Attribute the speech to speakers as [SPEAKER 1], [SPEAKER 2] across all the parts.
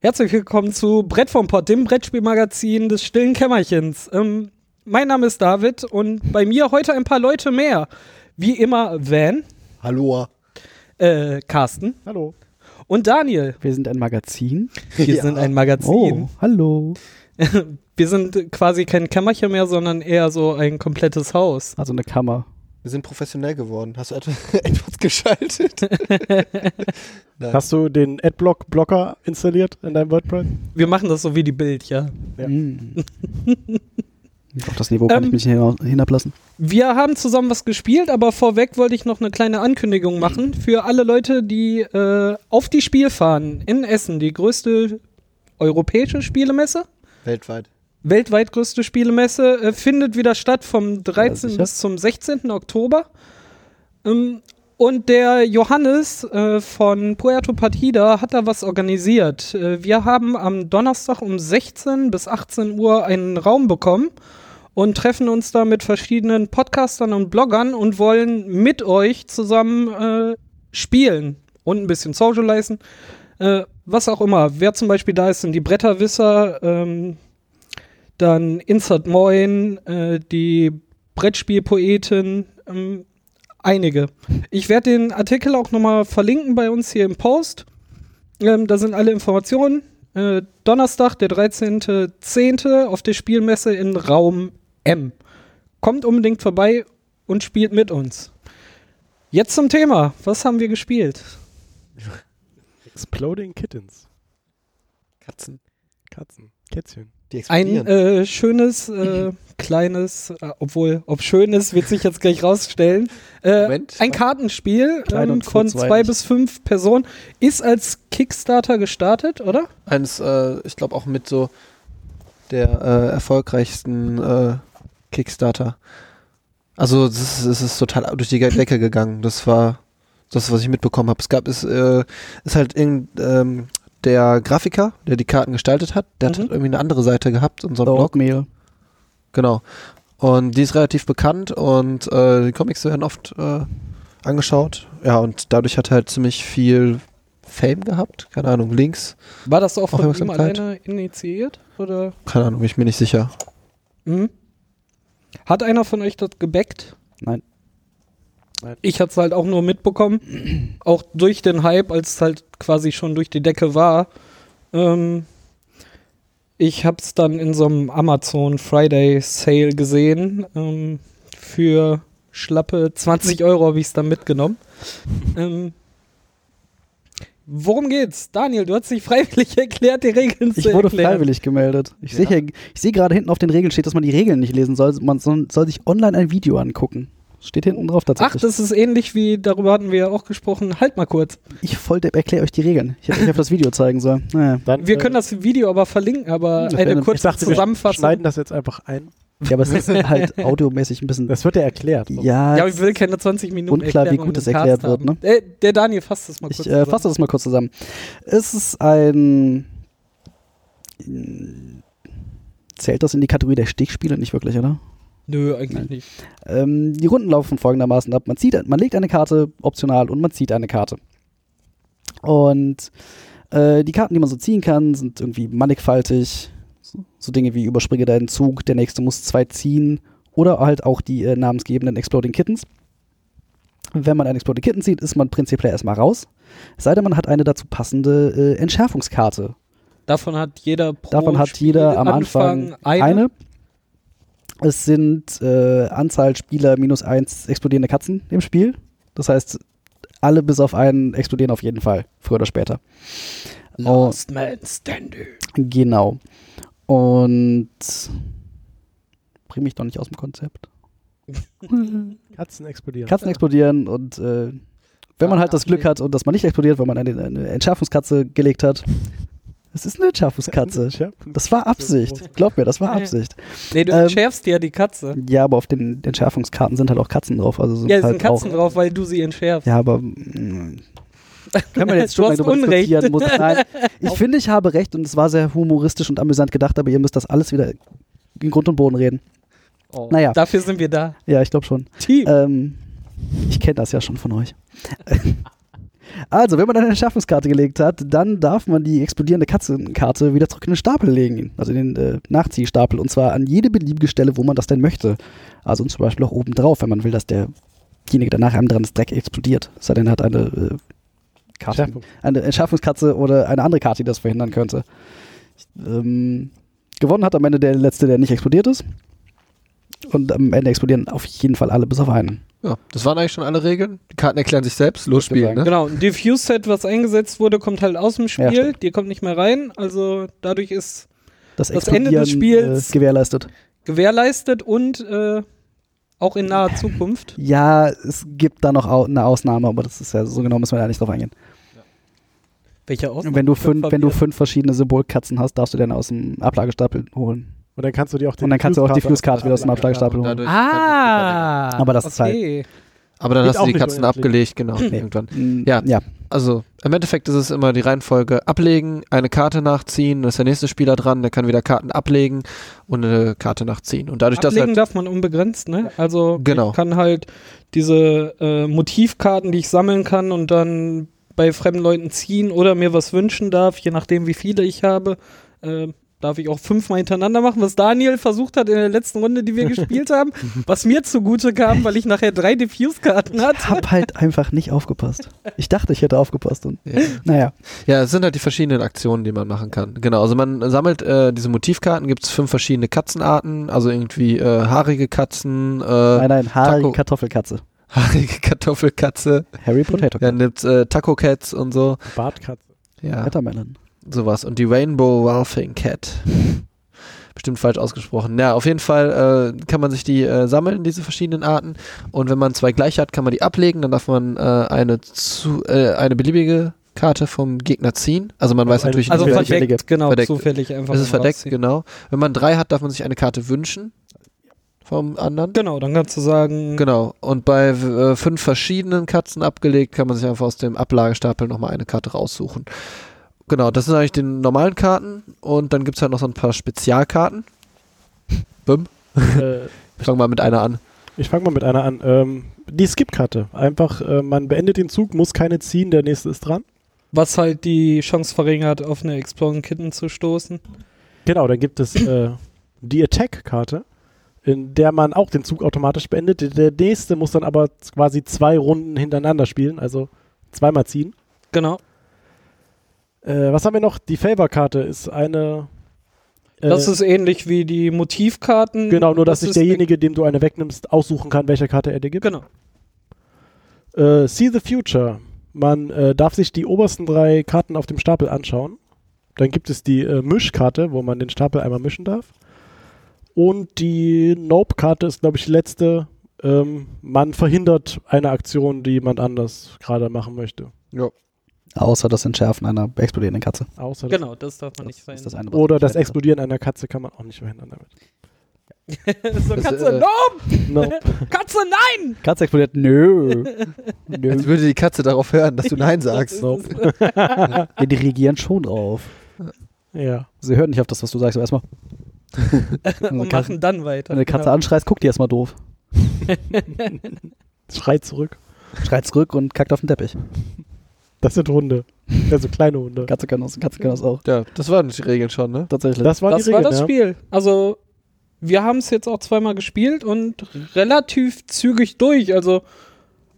[SPEAKER 1] Herzlich willkommen zu Brett vom Pott, dem Brettspielmagazin des stillen Kämmerchens. Ähm, mein Name ist David und bei mir heute ein paar Leute mehr. Wie immer Van,
[SPEAKER 2] Hallo.
[SPEAKER 1] äh, Carsten
[SPEAKER 2] Hallo.
[SPEAKER 1] und Daniel.
[SPEAKER 3] Wir sind ein Magazin.
[SPEAKER 1] Wir
[SPEAKER 2] Ja.
[SPEAKER 1] sind ein Magazin.
[SPEAKER 3] Oh, hallo.
[SPEAKER 1] Wir sind quasi kein Kämmerchen mehr, sondern eher so ein komplettes Haus.
[SPEAKER 3] Also eine Kammer.
[SPEAKER 2] Wir sind professionell geworden. Hast du etwas, etwas geschaltet?
[SPEAKER 4] Hast du den Adblock-Blocker installiert in deinem WordPress?
[SPEAKER 1] Wir machen das so wie die Bild, ja.
[SPEAKER 4] Ja.
[SPEAKER 3] Mm. Auf das Niveau kann
[SPEAKER 1] Ähm.
[SPEAKER 3] ich mich hina- hinablassen.
[SPEAKER 1] Wir haben zusammen was gespielt, aber vorweg wollte ich noch eine kleine Ankündigung machen für alle Leute, die äh, auf die Spiel fahren in Essen, die größte europäische Spielemesse,
[SPEAKER 2] Weltweit.
[SPEAKER 1] weltweit größte Spielemesse, äh, findet wieder statt vom 13.
[SPEAKER 3] sicher.
[SPEAKER 1] bis zum 16. Oktober. Ähm, und der Johannes äh, von Puerto Partida hat da was organisiert. Äh, wir haben am Donnerstag um 16 bis 18 Uhr einen Raum bekommen und treffen uns da mit verschiedenen Podcastern und Bloggern und wollen mit euch zusammen äh, spielen und ein bisschen socializen. Äh, was auch immer. Wer zum Beispiel da ist, sind die Bretterwisser, ähm, dann Insert Moin, äh, die Brettspielpoetin, ähm, einige. Ich werde den Artikel auch nochmal verlinken bei uns hier im Post. Ähm, da sind alle Informationen. Äh, Donnerstag, der 13.10. auf der Spielmesse in Raum M. Kommt unbedingt vorbei und spielt mit uns. Jetzt zum Thema. Was haben wir gespielt?
[SPEAKER 4] Exploding Kittens.
[SPEAKER 2] Katzen.
[SPEAKER 4] Katzen. Kätzchen.
[SPEAKER 2] Die
[SPEAKER 1] Ein
[SPEAKER 2] explodieren.
[SPEAKER 1] äh, schönes, äh, kleines, äh, obwohl, ob schönes, wird sich jetzt gleich rausstellen. Äh,
[SPEAKER 2] Moment.
[SPEAKER 1] Ein Kartenspiel
[SPEAKER 3] Klein
[SPEAKER 1] ähm,
[SPEAKER 3] und
[SPEAKER 1] von
[SPEAKER 3] kurzweilig.
[SPEAKER 1] zwei bis fünf Personen ist als Kickstarter gestartet, oder?
[SPEAKER 2] Eines, äh, ich glaube, auch mit so der äh, erfolgreichsten äh, Kickstarter. Also, es ist, es ist total durch die Decke gegangen. Das war das, was ich mitbekommen habe. Es gab, es äh, ist halt irgend, ähm, der Grafiker, der die Karten gestaltet hat, der hat
[SPEAKER 1] Mhm.
[SPEAKER 2] halt irgendwie eine andere Seite gehabt, in so einem Blog.
[SPEAKER 3] Oatmeal.
[SPEAKER 2] Genau. Und die ist relativ bekannt und äh, die Comics werden oft äh, angeschaut. Ja, und dadurch hat er halt ziemlich viel Fame gehabt. Keine Ahnung, Links.
[SPEAKER 1] War das auch von ihm
[SPEAKER 2] Aufmerksamkeit.
[SPEAKER 1] alleine initiiert? Oder?
[SPEAKER 2] Keine Ahnung, bin ich mir nicht sicher.
[SPEAKER 1] Mhm. Hat einer von euch das gebackt?
[SPEAKER 3] Nein.
[SPEAKER 4] Nein.
[SPEAKER 1] Ich hatte es halt auch nur mitbekommen, auch durch den Hype, als es halt quasi schon durch die Decke war. Ähm, ich habe es dann in so einem Amazon Friday Sale gesehen. Ähm, für schlappe 20 Euro habe ich es dann mitgenommen. ähm, worum geht's? Daniel, du hast dich freiwillig erklärt, die Regeln zu
[SPEAKER 3] Ich wurde
[SPEAKER 1] erklären.
[SPEAKER 3] freiwillig gemeldet. Ich
[SPEAKER 2] Ja.
[SPEAKER 3] sehe hier- ich sehe gerade hinten auf den Regeln steht, dass man die Regeln nicht lesen soll. Man soll, soll sich online ein Video angucken. Steht hinten drauf
[SPEAKER 1] Ach,
[SPEAKER 3] tatsächlich.
[SPEAKER 1] das ist ähnlich wie, darüber hatten wir ja auch gesprochen, halt mal kurz.
[SPEAKER 3] ich wollte erkläre euch die Regeln. Ich hätte euch auf das Video zeigen sollen. Naja.
[SPEAKER 4] Dann, äh,
[SPEAKER 1] Wir können das Video aber verlinken, aber
[SPEAKER 3] Äh, Das wäre
[SPEAKER 1] eine
[SPEAKER 3] eine-
[SPEAKER 4] ich
[SPEAKER 1] kurze
[SPEAKER 4] dachte, wir
[SPEAKER 1] Zusammenfassung.
[SPEAKER 4] schneiden das jetzt einfach ein.
[SPEAKER 3] Ja, aber es ist halt audiomäßig ein bisschen.
[SPEAKER 4] Das wird ja erklärt.
[SPEAKER 3] Ja,
[SPEAKER 1] Ja, aber ich will keine 20 Minuten
[SPEAKER 3] Unklar, wie
[SPEAKER 1] Erklärung
[SPEAKER 3] gut
[SPEAKER 1] im
[SPEAKER 3] das erklärt
[SPEAKER 1] Cast
[SPEAKER 3] wird, ne?
[SPEAKER 1] haben. Der, der Daniel fasst das mal kurz
[SPEAKER 3] Ich äh, fasse das mal kurz zusammen. Es ist ein. Zählt das in die Kategorie der Stichspiele? Nicht wirklich, oder?
[SPEAKER 1] Nö, eigentlich
[SPEAKER 3] Nein.
[SPEAKER 1] nicht.
[SPEAKER 3] Ähm, die Runden laufen folgendermaßen ab. Man, zieht, man legt eine Karte optional und man zieht eine Karte. Und äh, die Karten, die man so ziehen kann, sind irgendwie mannigfaltig. So, so Dinge wie überspringe deinen Zug, der nächste muss zwei ziehen. Oder halt auch die äh, namensgebenden Exploding Kittens. Wenn man einen Exploding Kitten zieht, ist man prinzipiell erstmal raus. Es sei denn, man hat eine dazu passende äh, Entschärfungskarte.
[SPEAKER 1] Davon hat jeder pro
[SPEAKER 3] Davon hat
[SPEAKER 1] Spiel
[SPEAKER 3] jeder am Anfang eine.
[SPEAKER 1] eine.
[SPEAKER 3] Es sind äh, Anzahl Spieler minus eins explodierende Katzen im Spiel. Das heißt, alle bis auf einen explodieren auf jeden Fall, früher oder später. Oh,
[SPEAKER 1] Last Man Standing.
[SPEAKER 3] genau. Und bring mich doch nicht aus dem Konzept.
[SPEAKER 4] Katzen explodieren.
[SPEAKER 3] Katzen explodieren und äh, wenn man halt das Glück hat und dass man nicht explodiert, weil man eine, eine Entschärfungskatze gelegt hat. Es ist eine Entschärfungskatze.
[SPEAKER 4] Tja.
[SPEAKER 3] Das war Absicht. Glaub mir, das war
[SPEAKER 1] Ja, ja.
[SPEAKER 3] Absicht.
[SPEAKER 1] Nee, du
[SPEAKER 3] Ähm,
[SPEAKER 1] entschärfst ja die Katze.
[SPEAKER 3] Ja, aber auf den Entschärfungskarten sind halt auch Katzen drauf. Also sind
[SPEAKER 1] Ja, es
[SPEAKER 3] halt
[SPEAKER 1] sind Katzen
[SPEAKER 3] auch,
[SPEAKER 1] drauf, weil du sie entschärfst.
[SPEAKER 3] Ja, aber mh, kann man jetzt
[SPEAKER 1] Du
[SPEAKER 3] schon mal
[SPEAKER 1] hast
[SPEAKER 3] drüber
[SPEAKER 1] Unrecht.
[SPEAKER 3] diskutieren. Muss, nein, ich finde, ich habe recht und es war sehr humoristisch und amüsant gedacht, aber ihr müsst das alles wieder in Grund und Boden reden.
[SPEAKER 1] Oh,
[SPEAKER 3] Naja. Äh,
[SPEAKER 1] Dafür sind wir da.
[SPEAKER 3] Ja, ich glaube schon.
[SPEAKER 1] Team.
[SPEAKER 3] Ähm, ich kenne das ja schon von euch. Also, wenn man eine Erschaffungskarte gelegt hat, dann darf man die explodierende Katzenkarte wieder zurück in den Stapel legen, also in den äh, Nachziehstapel, und zwar an jede beliebige Stelle, wo man das denn möchte. Also zum Beispiel auch oben drauf, wenn man will, dass derjenige danach einem dran das Dreck explodiert. Es sei denn, er hat eine äh, Karte,
[SPEAKER 4] Schärfung.
[SPEAKER 3] eine Erschaffungskatze oder eine andere Karte, die das verhindern könnte. Ähm, gewonnen hat am Ende der letzte, der nicht explodiert ist. Und am Ende explodieren auf jeden Fall alle bis auf einen.
[SPEAKER 2] Ja, das waren eigentlich schon alle Regeln. Die Karten erklären sich selbst. Los
[SPEAKER 3] Wollte
[SPEAKER 2] spielen, ne?
[SPEAKER 1] Genau, ein Diffuse-Set, was eingesetzt wurde, kommt halt aus dem
[SPEAKER 3] Ja,
[SPEAKER 1] Spiel, die kommt nicht mehr rein, also dadurch ist
[SPEAKER 3] Das,
[SPEAKER 1] Das Ende des
[SPEAKER 3] Explodieren,
[SPEAKER 1] Spiels-
[SPEAKER 3] äh, gewährleistet.
[SPEAKER 1] gewährleistet und äh, auch in naher Zukunft.
[SPEAKER 3] Ja, es gibt da noch au eine Ausnahme, aber das ist ja so genau, müssen wir da nicht drauf eingehen.
[SPEAKER 1] Welcher auch?
[SPEAKER 3] Wenn du, fünf, wenn du
[SPEAKER 1] verwirrt.
[SPEAKER 3] fünf verschiedene Symbolkatzen hast, darfst du dann aus dem Ablagestapel holen.
[SPEAKER 4] Und dann kannst du dir auch
[SPEAKER 3] Und dann kannst du auch die
[SPEAKER 4] Diffuse-Karte
[SPEAKER 3] Flusskarte wieder aus dem Ablagestapel holen.
[SPEAKER 2] Dadurch-
[SPEAKER 1] Ah!
[SPEAKER 3] Aber das ist halt
[SPEAKER 1] okay.
[SPEAKER 2] Aber dann
[SPEAKER 4] Geht
[SPEAKER 2] hast
[SPEAKER 4] auch
[SPEAKER 2] du die
[SPEAKER 4] nicht
[SPEAKER 2] Katzen
[SPEAKER 4] unendlich.
[SPEAKER 2] abgelegt, genau, irgendwann.
[SPEAKER 3] Mm,
[SPEAKER 1] Mhm.
[SPEAKER 2] Ja.
[SPEAKER 3] ja.
[SPEAKER 2] Also, im Endeffekt ist es immer die Reihenfolge ablegen, eine Karte nachziehen, dann ist der nächste Spieler dran, der kann wieder Karten ablegen und eine Karte nachziehen. Und dadurch,
[SPEAKER 1] Ablegen
[SPEAKER 2] dass halt
[SPEAKER 1] darf man unbegrenzt, ne? Also
[SPEAKER 2] Genau.
[SPEAKER 1] ich kann halt diese äh, Motivkarten, die ich sammeln kann und dann bei fremden Leuten ziehen oder mir was wünschen darf, je nachdem wie viele ich habe, äh, darf ich auch fünfmal hintereinander machen, was Daniel versucht hat in der letzten Runde, die wir gespielt haben, was mir zugute kam, weil ich nachher drei Diffuse-Karten hatte.
[SPEAKER 3] Hab halt einfach nicht aufgepasst. Ich dachte, ich hätte aufgepasst. Und,
[SPEAKER 2] halt, ja.
[SPEAKER 3] naja,
[SPEAKER 2] Ja, es sind halt die verschiedenen Aktionen, die man machen kann. Genau, also man sammelt äh, diese Motivkarten, gibt es fünf verschiedene Katzenarten, also irgendwie äh, haarige Katzen, äh,
[SPEAKER 3] nein, nein, haarige
[SPEAKER 2] Taco.
[SPEAKER 3] Kartoffelkatze.
[SPEAKER 2] haarige Kartoffelkatze,
[SPEAKER 3] Harry Potato
[SPEAKER 2] dann gibt's äh, Taco Cats und so.
[SPEAKER 4] Bartkatze.
[SPEAKER 2] Ja,
[SPEAKER 3] Watermelon.
[SPEAKER 2] sowas. Und die Rainbow Wolfing Cat. Bestimmt falsch ausgesprochen. Ja, auf jeden Fall äh, kann man sich die äh, sammeln, diese verschiedenen Arten. Und wenn man zwei gleiche hat, kann man die ablegen. Dann darf man äh, eine, zu, äh, eine beliebige Karte vom Gegner ziehen. Also man
[SPEAKER 4] Also
[SPEAKER 2] weiß
[SPEAKER 4] eine
[SPEAKER 2] natürlich
[SPEAKER 1] Also
[SPEAKER 2] nicht,
[SPEAKER 4] Zufällige.
[SPEAKER 1] verdeckt, genau,
[SPEAKER 2] Verdeckt.
[SPEAKER 1] zufällig einfach.
[SPEAKER 2] Es ist
[SPEAKER 1] mal
[SPEAKER 2] verdeckt,
[SPEAKER 1] rausziehen.
[SPEAKER 2] genau. Wenn man drei hat, darf man sich eine Karte wünschen vom anderen.
[SPEAKER 1] Genau, dann kannst du sagen,
[SPEAKER 2] Genau. Und bei äh, fünf verschiedenen Katzen abgelegt, kann man sich einfach aus dem Ablagestapel nochmal eine Karte raussuchen. Genau, das sind eigentlich die normalen Karten. Und dann gibt es halt noch so ein paar Spezialkarten.
[SPEAKER 4] äh,
[SPEAKER 2] Ich fange mal mit einer an.
[SPEAKER 4] ich fange mal mit einer an. Ähm, die Skip-Karte. Einfach, äh, man beendet den Zug, muss keine ziehen, der nächste ist dran.
[SPEAKER 1] was halt die Chance verringert, auf eine Exploding Kitten zu stoßen.
[SPEAKER 4] Genau, dann gibt es äh, die Attack-Karte, in der man auch den Zug automatisch beendet. Der nächste muss dann aber z- quasi zwei Runden hintereinander spielen, also zweimal ziehen.
[SPEAKER 1] Genau.
[SPEAKER 4] Äh, was haben wir noch? Die Favor-Karte ist eine. äh,
[SPEAKER 1] Das ist ähnlich wie die Motivkarten.
[SPEAKER 4] genau, nur
[SPEAKER 1] das
[SPEAKER 4] dass sich
[SPEAKER 1] ist eine-
[SPEAKER 4] derjenige, dem du eine wegnimmst, aussuchen kann, welche Karte er dir gibt.
[SPEAKER 1] Genau.
[SPEAKER 4] Äh, See the Future. Man äh, darf sich die obersten drei Karten auf dem Stapel anschauen. Dann gibt es die äh, Mischkarte, wo man den Stapel einmal mischen darf. Und die Nope-Karte ist, glaube ich, die letzte. Ähm, man verhindert eine Aktion, die jemand anders gerade machen möchte.
[SPEAKER 3] Außer das Entschärfen einer explodierenden Katze.
[SPEAKER 4] Außer
[SPEAKER 1] Genau, das darf man nicht
[SPEAKER 3] Das
[SPEAKER 1] sein.
[SPEAKER 3] ist das eine,
[SPEAKER 4] das,
[SPEAKER 3] was
[SPEAKER 4] oder
[SPEAKER 3] ich
[SPEAKER 4] das
[SPEAKER 3] verhindere.
[SPEAKER 4] Explodieren einer Katze kann man auch nicht verhindern damit.
[SPEAKER 1] so,
[SPEAKER 2] Das,
[SPEAKER 1] Katze,
[SPEAKER 2] äh,
[SPEAKER 1] no!
[SPEAKER 4] Nope.
[SPEAKER 1] Katze, nein!
[SPEAKER 3] Katze explodiert, nö.
[SPEAKER 2] Jetzt
[SPEAKER 3] nö.
[SPEAKER 2] würde die Katze darauf hören, dass du Nein sagst.
[SPEAKER 4] Nope.
[SPEAKER 3] Ja, die reagieren schon drauf.
[SPEAKER 4] Ja.
[SPEAKER 3] Sie hören nicht auf das, was du sagst, aber erstmal
[SPEAKER 1] Und machen dann weiter.
[SPEAKER 3] Wenn du eine Katze
[SPEAKER 1] genau.
[SPEAKER 3] anschreist, guck die erstmal doof.
[SPEAKER 4] Schrei zurück.
[SPEAKER 3] Schreit zurück und kackt auf den Teppich.
[SPEAKER 4] Das sind Hunde. Also kleine Hunde.
[SPEAKER 3] Katze kann das, Katze kann das auch.
[SPEAKER 2] Ja, das waren die Regeln schon, ne?
[SPEAKER 3] Tatsächlich.
[SPEAKER 4] Das war
[SPEAKER 1] Das
[SPEAKER 4] die
[SPEAKER 1] war
[SPEAKER 4] Regel. ne?
[SPEAKER 1] das
[SPEAKER 4] ja.
[SPEAKER 1] Spiel. Also, wir haben es jetzt auch zweimal gespielt und relativ zügig durch. Also,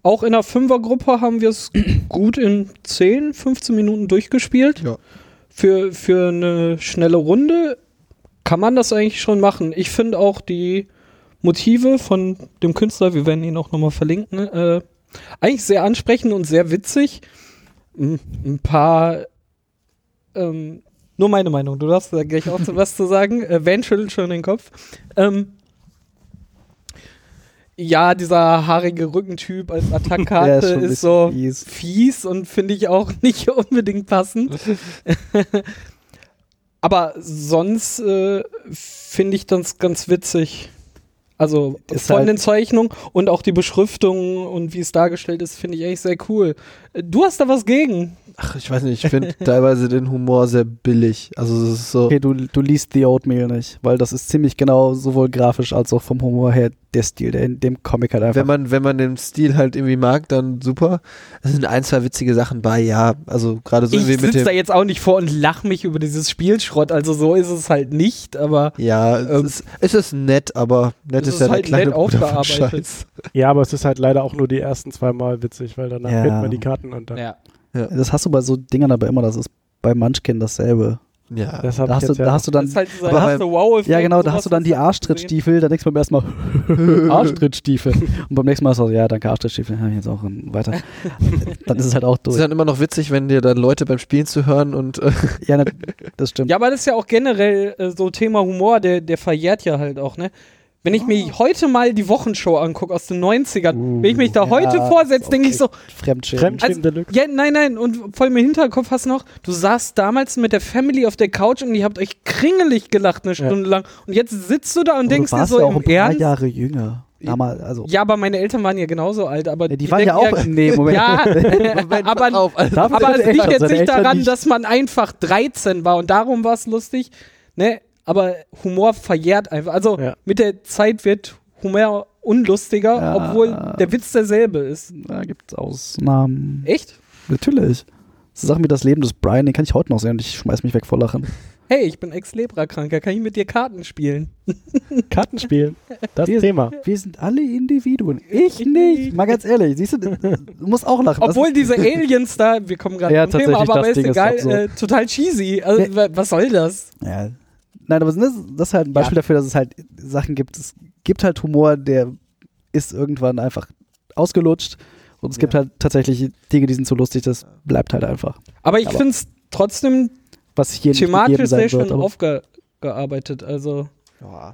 [SPEAKER 1] auch in der Fünfergruppe haben wir es gut in 10, 15 Minuten durchgespielt.
[SPEAKER 2] Ja.
[SPEAKER 1] Für, für eine schnelle Runde kann man das eigentlich schon machen. Ich finde auch die Motive von dem Künstler, wir werden ihn auch nochmal verlinken, äh, eigentlich sehr ansprechend und sehr witzig. Ein ein paar, ähm, nur meine Meinung, du darfst da gleich auch was zu sagen. Äh, Van schüttelt schon den Kopf. Ähm, ja, dieser haarige Rückentyp als Attackkarte
[SPEAKER 3] Ja, ist
[SPEAKER 1] ist,
[SPEAKER 3] schon ein bisschen
[SPEAKER 1] so
[SPEAKER 3] fies.
[SPEAKER 1] fies und finde ich auch nicht unbedingt passend. Aber sonst äh, finde ich das ganz witzig. Also
[SPEAKER 3] Ist
[SPEAKER 1] von
[SPEAKER 3] halt-
[SPEAKER 1] den Zeichnungen und auch die Beschriftung und wie es dargestellt ist, finde ich eigentlich sehr cool. Äh, Du hast da was gegen.
[SPEAKER 2] Ach, ich weiß nicht, ich finde teilweise den Humor sehr billig. Also es ist so.
[SPEAKER 3] Okay, du, du liest The Oatmeal nicht, weil das ist ziemlich genau sowohl grafisch als auch vom Humor her der Stil, der in dem Comic halt einfach.
[SPEAKER 2] Wenn man, wenn man den Stil halt irgendwie mag, dann super. Es sind ein, zwei witzige Sachen bei, ja. Also gerade so
[SPEAKER 1] ich
[SPEAKER 2] irgendwie mit
[SPEAKER 1] sitze
[SPEAKER 2] dem.
[SPEAKER 1] da jetzt auch nicht vor und lach mich über dieses Spielschrott. Also so ist es halt nicht, aber
[SPEAKER 2] ja, es,
[SPEAKER 1] Ähm,
[SPEAKER 2] ist, es ist nett, aber nett
[SPEAKER 1] es
[SPEAKER 2] ist,
[SPEAKER 1] ist
[SPEAKER 2] ja der
[SPEAKER 1] halt
[SPEAKER 2] kleine
[SPEAKER 1] nett
[SPEAKER 2] Bruder von
[SPEAKER 1] aufgearbeitet.
[SPEAKER 2] Scheiß.
[SPEAKER 4] Ja, aber es ist halt leider auch nur die ersten zwei Mal witzig, weil danach
[SPEAKER 3] Ja.
[SPEAKER 4] kennt man die Karten und dann.
[SPEAKER 1] ja.
[SPEAKER 3] das hast du bei so Dingern aber immer, das ist bei Munchkin dasselbe.
[SPEAKER 2] Ja.
[SPEAKER 4] Das hab
[SPEAKER 3] Da hast,
[SPEAKER 4] ich
[SPEAKER 3] du,
[SPEAKER 4] jetzt
[SPEAKER 3] da
[SPEAKER 4] ja.
[SPEAKER 3] hast du
[SPEAKER 1] Das
[SPEAKER 3] dann
[SPEAKER 1] ist halt dieser
[SPEAKER 2] aber
[SPEAKER 1] erste wow
[SPEAKER 3] Ja, genau, da hast du dann die Arschtrittstiefel, da denkst du beim ersten Mal Arschtrittstiefel. Und beim nächsten Mal ist auch so, ja, danke, Arschtrittstiefel, habe ich jetzt auch ähm, weiter. Dann ist es halt auch
[SPEAKER 2] ist
[SPEAKER 3] durch.
[SPEAKER 2] dann immer noch witzig, wenn dir dann Leute beim Spielen zu hören und äh,
[SPEAKER 3] Ja, ne, das stimmt.
[SPEAKER 1] Ja, aber das ist ja auch generell äh, so Thema Humor, der, der verjährt ja halt auch, ne? Wenn ich mir heute mal die Wochenshow angucke aus den 90ern, wenn ich mich da
[SPEAKER 3] Uh, ja,
[SPEAKER 1] heute vorsetze,
[SPEAKER 3] ist
[SPEAKER 1] denke
[SPEAKER 3] okay.
[SPEAKER 1] ich so,
[SPEAKER 3] Fremdschämen.
[SPEAKER 4] Fremdschämen
[SPEAKER 1] Also-
[SPEAKER 4] Deluxe.
[SPEAKER 1] ja, nein, nein, und voll im Hinterkopf hast du noch, du saßt damals mit der Family auf der Couch und ihr habt euch kringelig gelacht eine Stunde lang und jetzt sitzt du da und,
[SPEAKER 3] Und
[SPEAKER 1] denkst
[SPEAKER 3] du
[SPEAKER 1] dir
[SPEAKER 3] warst
[SPEAKER 1] so
[SPEAKER 3] ja auch
[SPEAKER 1] im
[SPEAKER 3] ein paar
[SPEAKER 1] Ernst,
[SPEAKER 3] Jahre jünger. Damals, also.
[SPEAKER 1] ja, aber meine Eltern waren ja genauso alt, aber
[SPEAKER 3] Ja, die waren ja auch.
[SPEAKER 1] denken
[SPEAKER 3] nee, Moment.
[SPEAKER 1] Ja, äh, aber
[SPEAKER 2] auf. Also,
[SPEAKER 3] Darf
[SPEAKER 1] Aber
[SPEAKER 3] das Also,
[SPEAKER 1] es
[SPEAKER 3] echt
[SPEAKER 1] liegt
[SPEAKER 3] sein?
[SPEAKER 1] jetzt
[SPEAKER 3] Seine
[SPEAKER 1] nicht
[SPEAKER 3] Eltern
[SPEAKER 1] daran,
[SPEAKER 3] nicht.
[SPEAKER 1] dass man einfach 13 war und darum war es lustig. Ne? Aber Humor verjährt einfach. Also
[SPEAKER 4] Ja.
[SPEAKER 1] mit der Zeit wird Humor unlustiger,
[SPEAKER 3] Ja.
[SPEAKER 1] obwohl der Witz derselbe ist.
[SPEAKER 3] Da gibt es Ausnahmen.
[SPEAKER 1] Echt?
[SPEAKER 3] Natürlich. So Sachen wie das Leben des Brian, den kann ich heute noch sehen und ich schmeiß mich weg vor Lachen.
[SPEAKER 1] Hey, ich bin Ex-Lebra-Kranker, kann ich mit dir Karten spielen?
[SPEAKER 4] Kartenspielen. Das
[SPEAKER 3] Wir-
[SPEAKER 4] Thema.
[SPEAKER 3] Wir sind alle Individuen. Ich nicht. Mal ganz ehrlich, siehst du, du musst auch lachen. Das-
[SPEAKER 1] Obwohl diese Aliens da, wir kommen gerade
[SPEAKER 3] Ja,
[SPEAKER 1] zum Thema,
[SPEAKER 3] tatsächlich,
[SPEAKER 1] aber,
[SPEAKER 3] das
[SPEAKER 1] ist
[SPEAKER 3] Ding ist
[SPEAKER 1] egal,
[SPEAKER 3] absurd.
[SPEAKER 1] äh, total cheesy. Also,
[SPEAKER 3] Nee.
[SPEAKER 1] wa- Was soll das?
[SPEAKER 3] Ja. Nein, aber das, das ist halt ein Beispiel dafür, dass es halt Sachen gibt. Es gibt halt Humor, der ist irgendwann einfach ausgelutscht. Und es gibt halt tatsächlich Dinge, die sind so lustig, das bleibt halt einfach.
[SPEAKER 1] Aber ich
[SPEAKER 3] Aber-
[SPEAKER 1] finde es trotzdem
[SPEAKER 3] Was hier nicht gegeben
[SPEAKER 1] thematisch sehr
[SPEAKER 3] sein
[SPEAKER 1] schön
[SPEAKER 3] wird. Aber
[SPEAKER 1] aufgearbeitet. Also.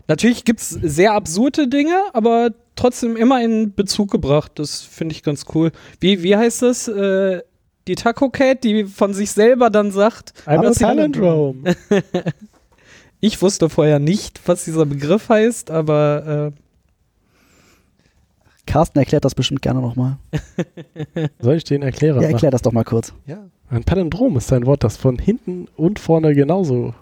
[SPEAKER 1] Natürlich gibt es sehr absurde Dinge, aber trotzdem immer in Bezug gebracht. Das finde ich ganz cool. Wie, wie heißt das? Äh, die Taco Cat, die von sich selber dann sagt,
[SPEAKER 4] I'm a
[SPEAKER 1] dass sie-
[SPEAKER 4] Palindrome.
[SPEAKER 1] Ich wusste vorher nicht, was dieser Begriff heißt, aber äh,
[SPEAKER 3] Carsten erklärt das bestimmt gerne nochmal.
[SPEAKER 4] Soll ich den Erklärer
[SPEAKER 3] Ja,
[SPEAKER 4] machen?
[SPEAKER 3] erklär das doch mal kurz.
[SPEAKER 2] ja.
[SPEAKER 4] Ein Palindrom ist ein Wort, das von hinten und vorne genauso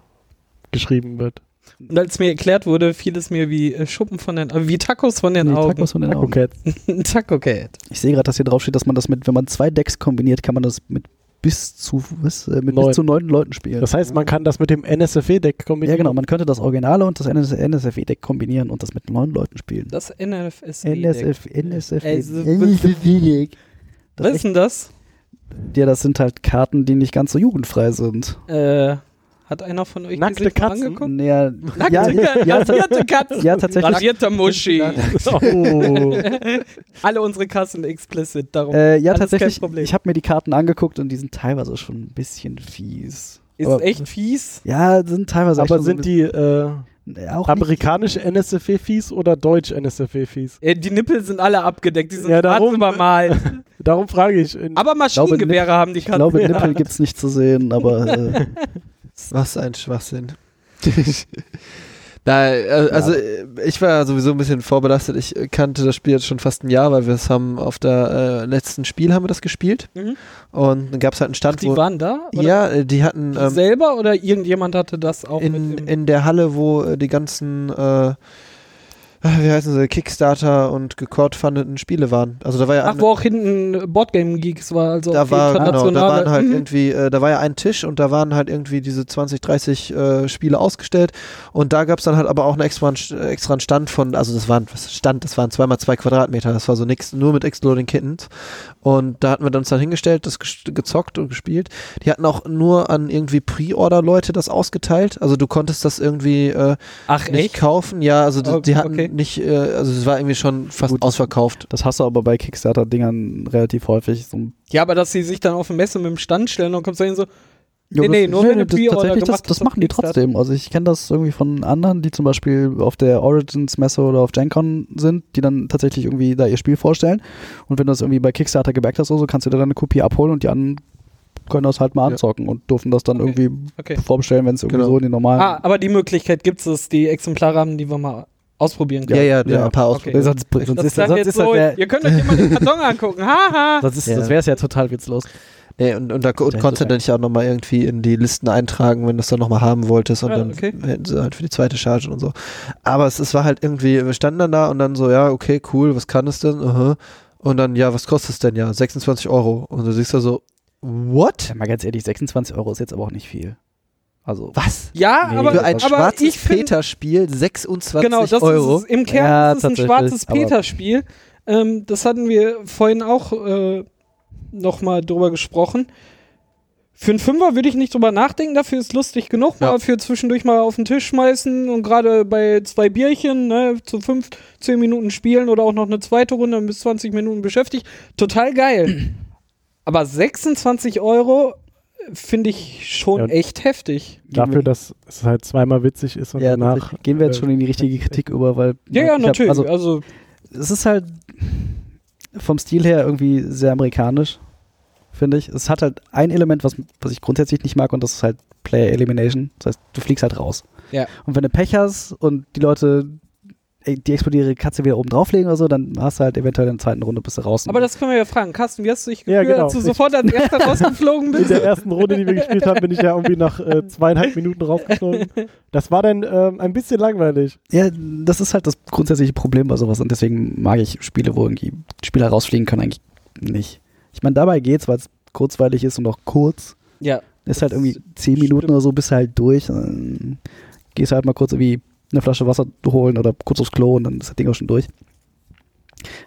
[SPEAKER 4] geschrieben wird.
[SPEAKER 1] und äh, als mir erklärt wurde, fiel es mir wie äh, Schuppen von den, äh, wie Tacos von den
[SPEAKER 3] Nee,
[SPEAKER 1] Augen.
[SPEAKER 3] Tacos von den
[SPEAKER 4] Taco
[SPEAKER 3] Augen.
[SPEAKER 4] Cat.
[SPEAKER 1] Taco Cat.
[SPEAKER 3] Ich sehe gerade, dass hier drauf steht, dass man das mit, wenn man zwei Decks kombiniert, kann man das mit bis zu was, äh, mit
[SPEAKER 4] Neun.
[SPEAKER 3] bis zu neun Leuten spielen.
[SPEAKER 4] Das heißt, man kann das mit dem NSFW-Deck
[SPEAKER 3] ja,
[SPEAKER 4] kombinieren.
[SPEAKER 3] genau. Man könnte das Originale und das NSFE-Deck E kombinieren und das mit neun Leuten spielen.
[SPEAKER 1] Das NFS.
[SPEAKER 3] NSF, NSF,
[SPEAKER 1] Ey, so-
[SPEAKER 3] NSF.
[SPEAKER 1] Was
[SPEAKER 3] Das
[SPEAKER 1] ist denn das?
[SPEAKER 3] echt- ja, das sind halt Karten, die nicht ganz so jugendfrei sind.
[SPEAKER 1] Äh, hat einer von euch die
[SPEAKER 4] Nackte
[SPEAKER 1] sich mal
[SPEAKER 4] Katzen?
[SPEAKER 1] angeguckt?
[SPEAKER 3] Naja, ja,
[SPEAKER 1] Nackte,
[SPEAKER 3] ja, ta-
[SPEAKER 1] rasierte Katzen.
[SPEAKER 3] ja, tatsächlich.
[SPEAKER 1] Rasierte Muschi.
[SPEAKER 4] Oh.
[SPEAKER 1] Alle unsere Kassen explicit, darum.
[SPEAKER 3] Äh, ja,
[SPEAKER 1] Alles
[SPEAKER 3] tatsächlich.
[SPEAKER 1] kein Problem.
[SPEAKER 3] Ich habe mir die Karten angeguckt und die sind teilweise schon ein bisschen fies.
[SPEAKER 1] ist
[SPEAKER 3] Aber-
[SPEAKER 1] echt fies.
[SPEAKER 3] Ja, sind teilweise. echt
[SPEAKER 4] Aber
[SPEAKER 3] schon
[SPEAKER 4] sind
[SPEAKER 3] so
[SPEAKER 4] die äh,
[SPEAKER 3] ein bisschen- auch nicht,
[SPEAKER 4] amerikanische NSFW-Fies oder deutsch NSFW-Fies?
[SPEAKER 1] Äh, die Nippel sind alle abgedeckt, die sind
[SPEAKER 4] Ja,
[SPEAKER 1] schwarz
[SPEAKER 4] darum-
[SPEAKER 1] übermalt.
[SPEAKER 4] Darum frage ich. In,
[SPEAKER 1] Aber Maschinengewehre haben die
[SPEAKER 3] Ich
[SPEAKER 1] Katzen.
[SPEAKER 3] glaube, Nippel gibt's nicht zu sehen, aber äh,
[SPEAKER 2] Was ein Schwachsinn. Na, äh, also äh, ich war sowieso ein bisschen vorbelastet. Ich äh, kannte das Spiel jetzt schon fast ein Jahr, weil wir es haben auf der äh, letzten Spiel haben wir das gespielt
[SPEAKER 1] Mhm.
[SPEAKER 2] und dann gab es halt einen
[SPEAKER 1] Ach,
[SPEAKER 2] Stand,
[SPEAKER 1] die
[SPEAKER 2] wo
[SPEAKER 1] waren da? Oder
[SPEAKER 2] ja, äh, die hatten
[SPEAKER 1] die
[SPEAKER 2] ähm,
[SPEAKER 1] selber oder irgendjemand hatte das auch
[SPEAKER 2] in,
[SPEAKER 1] mit dem,
[SPEAKER 2] in der Halle, wo äh, die ganzen äh, äh, wie heißen sie Kickstarter und gecordfundeten Spiele waren. Also da war ja
[SPEAKER 1] Ach,
[SPEAKER 2] ein-
[SPEAKER 1] wo auch hinten Boardgame Geeks war, also
[SPEAKER 2] da
[SPEAKER 1] die
[SPEAKER 2] war genau, da
[SPEAKER 1] internationale-
[SPEAKER 2] waren halt
[SPEAKER 1] Mhm.
[SPEAKER 2] irgendwie, äh, da war ja ein Tisch und da waren halt irgendwie diese 20, 30 äh, Spiele ausgestellt und da gab es dann halt aber auch einen extra, extra Stand von, also das waren was Stand, das waren zweimal zwei Quadratmeter, das war so nix, nur mit Exploding Kittens und da hatten wir uns dann hingestellt, das ges- gezockt und gespielt. Die hatten auch nur an irgendwie Pre-Order-Leute das ausgeteilt, also du konntest das irgendwie äh,
[SPEAKER 1] Ach,
[SPEAKER 2] nicht
[SPEAKER 1] echt?
[SPEAKER 2] kaufen, ja, also
[SPEAKER 1] Oh,
[SPEAKER 2] die hatten
[SPEAKER 1] okay.
[SPEAKER 2] nicht, äh, also es war irgendwie schon fast
[SPEAKER 3] Gut.
[SPEAKER 2] ausverkauft.
[SPEAKER 3] das hast du aber bei Kickstarter-Dingern relativ häufig. So ein
[SPEAKER 1] Ja, aber dass sie sich dann auf dem Messe mit dem Stand stellen und kommt so hin so, Nee,
[SPEAKER 3] Ja,
[SPEAKER 1] nee, nur wenn du
[SPEAKER 3] das,
[SPEAKER 1] Pre-Order
[SPEAKER 3] tatsächlich, das,
[SPEAKER 1] gemacht
[SPEAKER 3] das
[SPEAKER 1] hast auf
[SPEAKER 3] machen die
[SPEAKER 1] Kickstarter.
[SPEAKER 3] trotzdem. Also ich kenne das irgendwie von anderen, die zum Beispiel auf der Origins-Messe oder auf GenCon sind, die dann tatsächlich irgendwie da ihr Spiel vorstellen. Und wenn du das irgendwie bei Kickstarter gebackt hast, oder so kannst du dir dann eine Kopie abholen und die anderen können das halt mal
[SPEAKER 2] Ja.
[SPEAKER 3] anzocken und dürfen das dann
[SPEAKER 1] Okay.
[SPEAKER 3] irgendwie
[SPEAKER 1] okay.
[SPEAKER 3] vorbestellen, wenn es irgendwie
[SPEAKER 2] Genau.
[SPEAKER 3] so in den normalen...
[SPEAKER 1] Ah, aber die Möglichkeit gibt es, die Exemplare haben, die wir mal ausprobieren
[SPEAKER 2] Ja,
[SPEAKER 1] können.
[SPEAKER 2] ja, ja,
[SPEAKER 3] ja.
[SPEAKER 2] ein paar
[SPEAKER 1] Okay.
[SPEAKER 2] Ausprobieren.
[SPEAKER 3] Sonst, sonst
[SPEAKER 1] Das
[SPEAKER 3] ist, halt
[SPEAKER 1] klang
[SPEAKER 3] sonst
[SPEAKER 1] jetzt
[SPEAKER 3] ist das
[SPEAKER 1] so,
[SPEAKER 3] ja...
[SPEAKER 1] ihr könnt euch immer den Karton angucken. Haha.
[SPEAKER 3] Sonst, ist-
[SPEAKER 2] Ja.
[SPEAKER 3] sonst wäre es ja total witzlos.
[SPEAKER 2] Nee, und, und da und
[SPEAKER 3] Dahinter
[SPEAKER 2] konntest du dann nicht auch nochmal irgendwie in die Listen eintragen, wenn du es dann nochmal haben wolltest und
[SPEAKER 1] Ah,
[SPEAKER 2] dann
[SPEAKER 1] okay.
[SPEAKER 2] hätten sie halt für die zweite Charge und so. Aber es, es war halt irgendwie, wir standen dann da und dann so, ja, okay, cool, was kann es denn? Aha. Und dann, ja, was kostet es denn? Ja, 26 Euro. Und du siehst da so, what?
[SPEAKER 3] Ja, mal ganz ehrlich, 26 Euro ist jetzt aber auch nicht viel. Also,
[SPEAKER 2] Was?
[SPEAKER 1] Ja,
[SPEAKER 3] Nee,
[SPEAKER 1] aber,
[SPEAKER 2] Für ein
[SPEAKER 1] aber ich
[SPEAKER 2] schwarzes
[SPEAKER 1] finde,
[SPEAKER 2] Peter-Spiel 26
[SPEAKER 1] genau, das
[SPEAKER 2] Euro.
[SPEAKER 1] ist es. im Kern
[SPEAKER 3] Ja,
[SPEAKER 1] ist es ein
[SPEAKER 3] tatsächlich,
[SPEAKER 1] schwarzes
[SPEAKER 3] aber-
[SPEAKER 1] Peter-Spiel. Ähm, das hatten wir vorhin auch äh, nochmal drüber gesprochen. Für einen Fünfer würde ich nicht drüber nachdenken, dafür ist lustig genug,
[SPEAKER 2] Ja.
[SPEAKER 1] mal für zwischendurch mal auf den Tisch schmeißen und gerade bei zwei Bierchen, ne, zu fünf, zehn Minuten spielen oder auch noch eine zweite Runde bis 20 Minuten beschäftigt. Total geil. Aber 26 Euro finde ich schon
[SPEAKER 4] Ja.
[SPEAKER 1] echt heftig.
[SPEAKER 4] Dafür, dass es halt zweimal witzig ist und
[SPEAKER 3] ja,
[SPEAKER 4] danach.
[SPEAKER 3] tatsächlich. gehen wir jetzt
[SPEAKER 4] äh,
[SPEAKER 3] schon in die richtige Kritik über, weil.
[SPEAKER 1] Ja,
[SPEAKER 3] ich
[SPEAKER 1] ja,
[SPEAKER 3] hab-
[SPEAKER 1] natürlich.
[SPEAKER 3] Also,
[SPEAKER 1] also
[SPEAKER 3] es ist halt vom Stil her irgendwie sehr amerikanisch, finde ich. Es hat halt ein Element, was, was ich grundsätzlich nicht mag, und das ist halt Player Elimination. Das heißt, du fliegst halt raus.
[SPEAKER 1] Ja.
[SPEAKER 3] Und wenn du Pech hast und die Leute äh, die explodiere ihre Katze wieder oben drauflegen oder so, dann hast du halt eventuell in der zweiten Runde bist du raus.
[SPEAKER 1] Aber das können wir ja fragen. Carsten, wie hast du dich
[SPEAKER 4] Ja,
[SPEAKER 1] gefühlt,
[SPEAKER 4] genau.
[SPEAKER 1] als du
[SPEAKER 4] Ich-
[SPEAKER 1] sofort als erster rausgeflogen
[SPEAKER 4] In
[SPEAKER 1] bist?
[SPEAKER 4] der ersten Runde, die wir gespielt haben, bin ich ja irgendwie nach äh, zweieinhalb Minuten rausgeflogen. Das war dann ähm, ein bisschen langweilig.
[SPEAKER 3] ja, das ist halt das grundsätzliche Problem bei sowas und deswegen mag ich Spiele, wo irgendwie Spieler rausfliegen können, eigentlich nicht. Ich meine, dabei geht's, weil es kurzweilig ist und auch kurz.
[SPEAKER 1] Ja.
[SPEAKER 3] Ist halt
[SPEAKER 1] Das
[SPEAKER 3] irgendwie zehn Minuten
[SPEAKER 1] stimmt.
[SPEAKER 3] oder so, bist du halt durch. Dann gehst halt mal kurz irgendwie eine Flasche Wasser holen oder kurz aufs Klo und dann ist das Ding auch schon durch.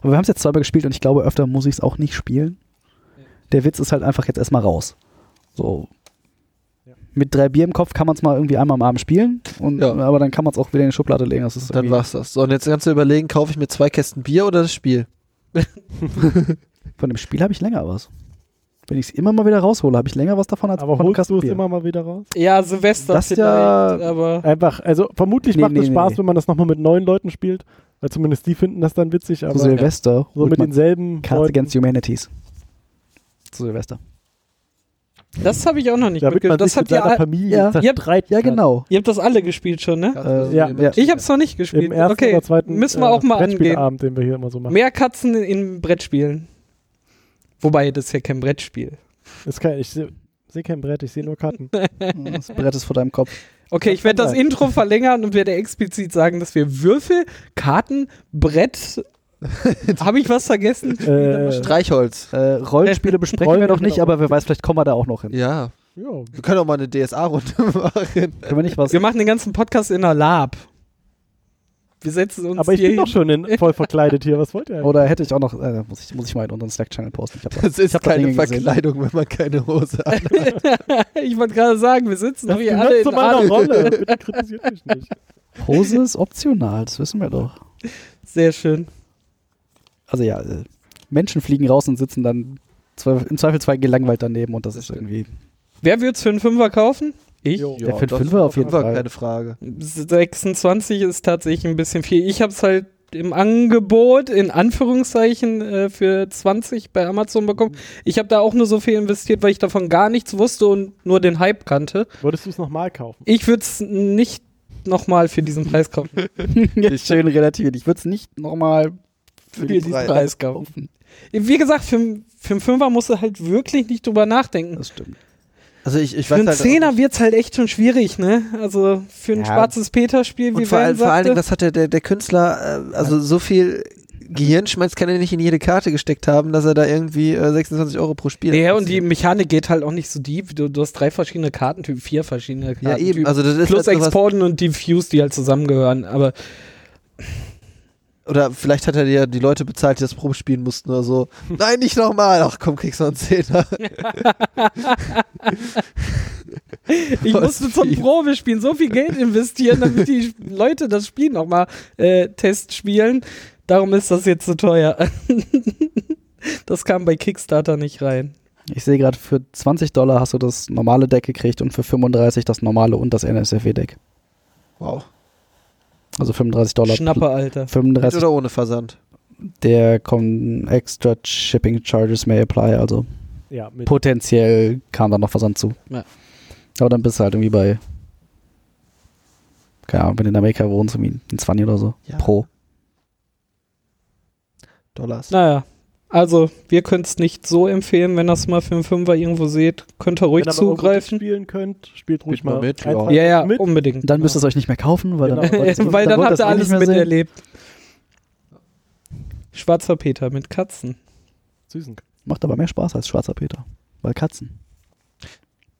[SPEAKER 3] Aber wir haben es jetzt zweimal gespielt und ich glaube, öfter muss ich es auch nicht spielen. Der Witz ist halt einfach jetzt erstmal raus. So.
[SPEAKER 4] Ja.
[SPEAKER 3] Mit drei Bier im Kopf kann man es mal irgendwie einmal am Abend spielen, und,
[SPEAKER 2] Ja.
[SPEAKER 3] aber dann kann man es auch wieder in die Schublade legen. Das ist
[SPEAKER 2] Dann
[SPEAKER 3] irgendwie-
[SPEAKER 2] war's das. So, und jetzt kannst du überlegen, kaufe ich mir zwei Kästen Bier oder das Spiel?
[SPEAKER 3] Von dem Spiel habe ich länger was. Wenn ich es immer mal wieder raushole, habe ich länger was davon als
[SPEAKER 1] Also
[SPEAKER 4] Aber
[SPEAKER 3] von einem
[SPEAKER 4] holst
[SPEAKER 3] Kasten
[SPEAKER 4] du es
[SPEAKER 3] Bier.
[SPEAKER 4] immer mal wieder raus?
[SPEAKER 1] Ja, Silvester
[SPEAKER 3] Das
[SPEAKER 1] vielleicht,
[SPEAKER 3] ja-
[SPEAKER 1] aber
[SPEAKER 4] Einfach, also vermutlich
[SPEAKER 3] Nee,
[SPEAKER 4] macht
[SPEAKER 3] nee,
[SPEAKER 4] es
[SPEAKER 3] nee,
[SPEAKER 4] Spaß,
[SPEAKER 3] nee.
[SPEAKER 4] wenn man das nochmal mit neuen Leuten spielt. Weil zumindest die finden das dann witzig, aber
[SPEAKER 3] Zu Silvester
[SPEAKER 4] so
[SPEAKER 3] holt
[SPEAKER 4] mit
[SPEAKER 3] man
[SPEAKER 4] denselben
[SPEAKER 3] Cards
[SPEAKER 4] Leuten.
[SPEAKER 3] Against Humanities. Zu Silvester.
[SPEAKER 1] das habe ich auch noch nicht
[SPEAKER 4] Äh, Damit man
[SPEAKER 1] mitgekriegt. Das
[SPEAKER 4] sich mit
[SPEAKER 1] habt ihr,
[SPEAKER 4] seiner
[SPEAKER 1] all,
[SPEAKER 3] Äh,
[SPEAKER 4] Familie
[SPEAKER 3] Ja.
[SPEAKER 4] zerstreiten
[SPEAKER 3] Ja,
[SPEAKER 4] kann.
[SPEAKER 3] genau.
[SPEAKER 1] ihr habt das alle gespielt schon, ne?
[SPEAKER 3] Äh, ja, ja.
[SPEAKER 1] Ich habe es noch nicht gespielt.
[SPEAKER 4] Im ersten
[SPEAKER 1] okay,
[SPEAKER 4] oder zweiten äh,
[SPEAKER 1] müssen wir auch mal angehen.
[SPEAKER 4] Brettspielabend, den wir hier immer so machen.
[SPEAKER 1] Mehr Katzen in, in Brettspielen. Wobei, das ist ja kein Brettspiel.
[SPEAKER 4] Ist kein, ich sehe seh kein Brett, ich sehe nur Karten. Äh,
[SPEAKER 3] Hm, Das Brett ist vor deinem Kopf.
[SPEAKER 1] Okay, ich werde das Intro verlängern und werde explizit sagen, dass wir Würfel, Karten, Brett. habe ich was vergessen?
[SPEAKER 4] äh,
[SPEAKER 2] Streichholz.
[SPEAKER 3] Äh, Rollenspiele besprechen wir
[SPEAKER 4] Rollenspiele,
[SPEAKER 3] noch nicht,
[SPEAKER 4] genau.
[SPEAKER 3] aber wer weiß, vielleicht kommen wir da auch noch hin.
[SPEAKER 2] Ja.
[SPEAKER 4] ja,
[SPEAKER 2] Wir können auch mal eine DSA-Runde machen.
[SPEAKER 3] Können wir nicht was?
[SPEAKER 1] Also Wir machen den ganzen Podcast in der Lab. Wir setzen uns
[SPEAKER 4] aber ich
[SPEAKER 1] hier
[SPEAKER 4] bin
[SPEAKER 1] hin.
[SPEAKER 4] doch schon in, voll verkleidet hier, was wollt ihr? eigentlich?
[SPEAKER 3] Oder hätte ich auch noch, äh, muss, ich, muss ich mal in unseren Slack-Channel posten. Ich hab da-
[SPEAKER 2] Das ist
[SPEAKER 3] hab da
[SPEAKER 2] keine
[SPEAKER 3] Dinge gesehen.
[SPEAKER 2] Verkleidung, wenn man keine Hose hat.
[SPEAKER 1] Ich wollte gerade sagen, wir sitzen doch hier
[SPEAKER 4] gehört
[SPEAKER 1] alle in
[SPEAKER 4] zu meiner
[SPEAKER 1] Adel.
[SPEAKER 4] Rolle. Bitte kritisiert mich nicht.
[SPEAKER 3] Hose ist optional, das wissen wir doch.
[SPEAKER 1] Sehr schön.
[SPEAKER 3] Also ja, äh, Menschen fliegen raus und sitzen dann zwei, im Zweifelsfall gelangweilt daneben und das ist irgendwie.
[SPEAKER 1] Wer würde es für einen Fünfer kaufen? Ich.
[SPEAKER 4] Jo.
[SPEAKER 3] Ja, für den Fünfer auf jeden Fall.
[SPEAKER 2] Keine Frage.
[SPEAKER 1] 26 ist tatsächlich ein bisschen viel. Ich habe es halt im Angebot, in Anführungszeichen, äh, für 20 bei Amazon bekommen. Ich habe da auch nur so viel investiert, weil ich davon gar nichts wusste und nur den Hype kannte.
[SPEAKER 4] Wolltest du es nochmal kaufen?
[SPEAKER 1] Ich würde es nicht nochmal für diesen Preis kaufen.
[SPEAKER 3] Ja, Schön relativiert. Ich würde es nicht nochmal
[SPEAKER 1] Für diesen
[SPEAKER 2] Preis.
[SPEAKER 1] Preis kaufen. Wie gesagt, für, für einen Fünfer musst du halt wirklich nicht drüber nachdenken.
[SPEAKER 3] Das stimmt.
[SPEAKER 2] Also ich, ich
[SPEAKER 1] Für
[SPEAKER 2] weiß
[SPEAKER 1] einen
[SPEAKER 2] halt auch
[SPEAKER 1] Zehner
[SPEAKER 2] nicht.
[SPEAKER 1] wird es halt echt schon schwierig, ne? Also für ein
[SPEAKER 3] Ja.
[SPEAKER 1] schwarzes Peter-Spiel, wie
[SPEAKER 2] Und vor,
[SPEAKER 1] Van
[SPEAKER 2] all, vor allen Dingen,
[SPEAKER 1] sagte.
[SPEAKER 2] das hat der, der, der Künstler, äh, also so viel Gehirnschmalz kann er nicht in jede Karte gesteckt haben, dass er da irgendwie äh, 26 Euro pro Spiel
[SPEAKER 1] Ja,
[SPEAKER 2] hat.
[SPEAKER 1] und die Mechanik geht halt auch nicht so deep. Du, du hast drei verschiedene Kartentypen, vier verschiedene
[SPEAKER 2] Ja,
[SPEAKER 1] Kartentypen.
[SPEAKER 2] eben. Also das ist
[SPEAKER 1] Plus
[SPEAKER 2] halt sowas-
[SPEAKER 1] Exporten und Diffuse, die halt zusammengehören. Aber
[SPEAKER 2] Oder vielleicht hat er ja die Leute bezahlt, die das probespielen mussten oder so. Nein, nicht nochmal. Ach komm, kriegst noch einen Zehner.
[SPEAKER 1] ich
[SPEAKER 2] Was
[SPEAKER 1] musste zum
[SPEAKER 2] viel.
[SPEAKER 1] Probespielen so viel Geld investieren, damit die Leute das Spiel nochmal äh, Test spielen. Darum ist das jetzt so teuer. das kam bei Kickstarter nicht rein.
[SPEAKER 3] Ich sehe gerade, für 20 Dollar hast du das normale Deck gekriegt und für 35 das normale und das NSFW-Deck.
[SPEAKER 2] Wow.
[SPEAKER 3] Also 35 Dollar.
[SPEAKER 1] Schnappe, Alter.
[SPEAKER 3] 35
[SPEAKER 2] Oder ohne Versand.
[SPEAKER 3] der kommen extra Shipping Charges may apply, also
[SPEAKER 4] Ja, mit
[SPEAKER 3] potenziell kam da noch Versand zu.
[SPEAKER 1] Ja.
[SPEAKER 3] Aber dann bist du halt irgendwie bei, keine Ahnung, wenn du in Amerika wohnst, irgendwie ein 20 oder so
[SPEAKER 2] Ja.
[SPEAKER 3] pro.
[SPEAKER 2] Dollars.
[SPEAKER 1] Naja. Also, wir können es nicht so empfehlen, wenn das mal für einen Fünfer irgendwo seht, könnt ihr ruhig
[SPEAKER 4] Wenn ihr aber Roulette
[SPEAKER 1] zugreifen.
[SPEAKER 4] spielen könnt, spielt ruhig
[SPEAKER 2] Spielt mal
[SPEAKER 4] mal
[SPEAKER 2] mit,
[SPEAKER 4] einfach
[SPEAKER 1] Ja, ja, um
[SPEAKER 4] mit.
[SPEAKER 1] unbedingt.
[SPEAKER 3] Dann müsst ihr es euch nicht mehr kaufen, weil dann,
[SPEAKER 4] Genau.
[SPEAKER 1] Weil dann
[SPEAKER 3] wollt
[SPEAKER 1] habt ihr
[SPEAKER 3] ihr es eh nicht
[SPEAKER 1] alles
[SPEAKER 3] mehr sehen.
[SPEAKER 1] miterlebt. Schwarzer Peter mit Katzen.
[SPEAKER 4] Süßen
[SPEAKER 3] Macht aber mehr Spaß als Schwarzer Peter. Weil Katzen,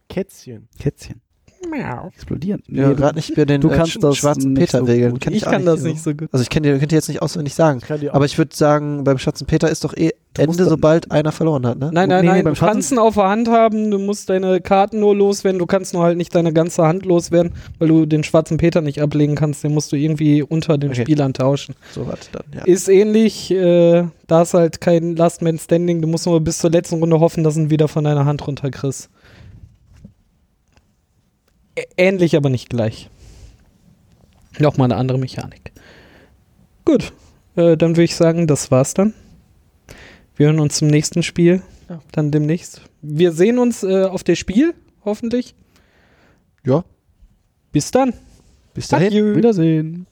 [SPEAKER 4] Kätzchen.
[SPEAKER 3] Kätzchen, explodieren.
[SPEAKER 2] Ja,
[SPEAKER 3] Nee, du-
[SPEAKER 2] gerade nicht mehr den
[SPEAKER 3] du
[SPEAKER 2] äh,
[SPEAKER 3] kannst
[SPEAKER 2] Sch-
[SPEAKER 3] das
[SPEAKER 2] schwarzen
[SPEAKER 3] nicht so
[SPEAKER 2] Peter-Regeln.
[SPEAKER 3] gut.
[SPEAKER 2] Kenn
[SPEAKER 1] Ich
[SPEAKER 2] auch
[SPEAKER 1] kann das nicht so gut.
[SPEAKER 2] Also ich kenne die, kennt die jetzt nicht auswendig sagen.
[SPEAKER 4] Ich kann dir auch
[SPEAKER 2] Aber ich würde sagen, beim schwarzen Peter ist doch eh
[SPEAKER 3] Du musst
[SPEAKER 2] Ende,
[SPEAKER 3] dann-
[SPEAKER 2] sobald einer verloren hat, ne?
[SPEAKER 1] Nein, nein,
[SPEAKER 3] Nee, nee,
[SPEAKER 1] nein,
[SPEAKER 3] beim
[SPEAKER 1] du
[SPEAKER 3] Schatten-
[SPEAKER 1] kannst ihn auf der Hand haben, du musst deine Karten nur loswerden, du kannst nur halt nicht deine ganze Hand loswerden, weil du den schwarzen Peter nicht ablegen kannst, den musst du irgendwie unter den
[SPEAKER 2] Okay.
[SPEAKER 1] Spielern tauschen.
[SPEAKER 2] So was dann, ja.
[SPEAKER 1] Ist ähnlich, äh, da ist halt kein Last Man Standing, du musst nur bis zur letzten Runde hoffen, dass du ihn wieder von deiner Hand runterkriegst. Ä ähnlich, aber nicht gleich. Nochmal eine andere Mechanik. Gut, äh, dann würde ich sagen, das war's dann. Wir hören uns zum nächsten Spiel,
[SPEAKER 2] Ja.
[SPEAKER 1] dann demnächst. Wir sehen uns äh, auf der Spiel, hoffentlich.
[SPEAKER 2] Ja,
[SPEAKER 1] Bis dann.
[SPEAKER 2] bis dahin.
[SPEAKER 1] Adieu.
[SPEAKER 3] Wiedersehen.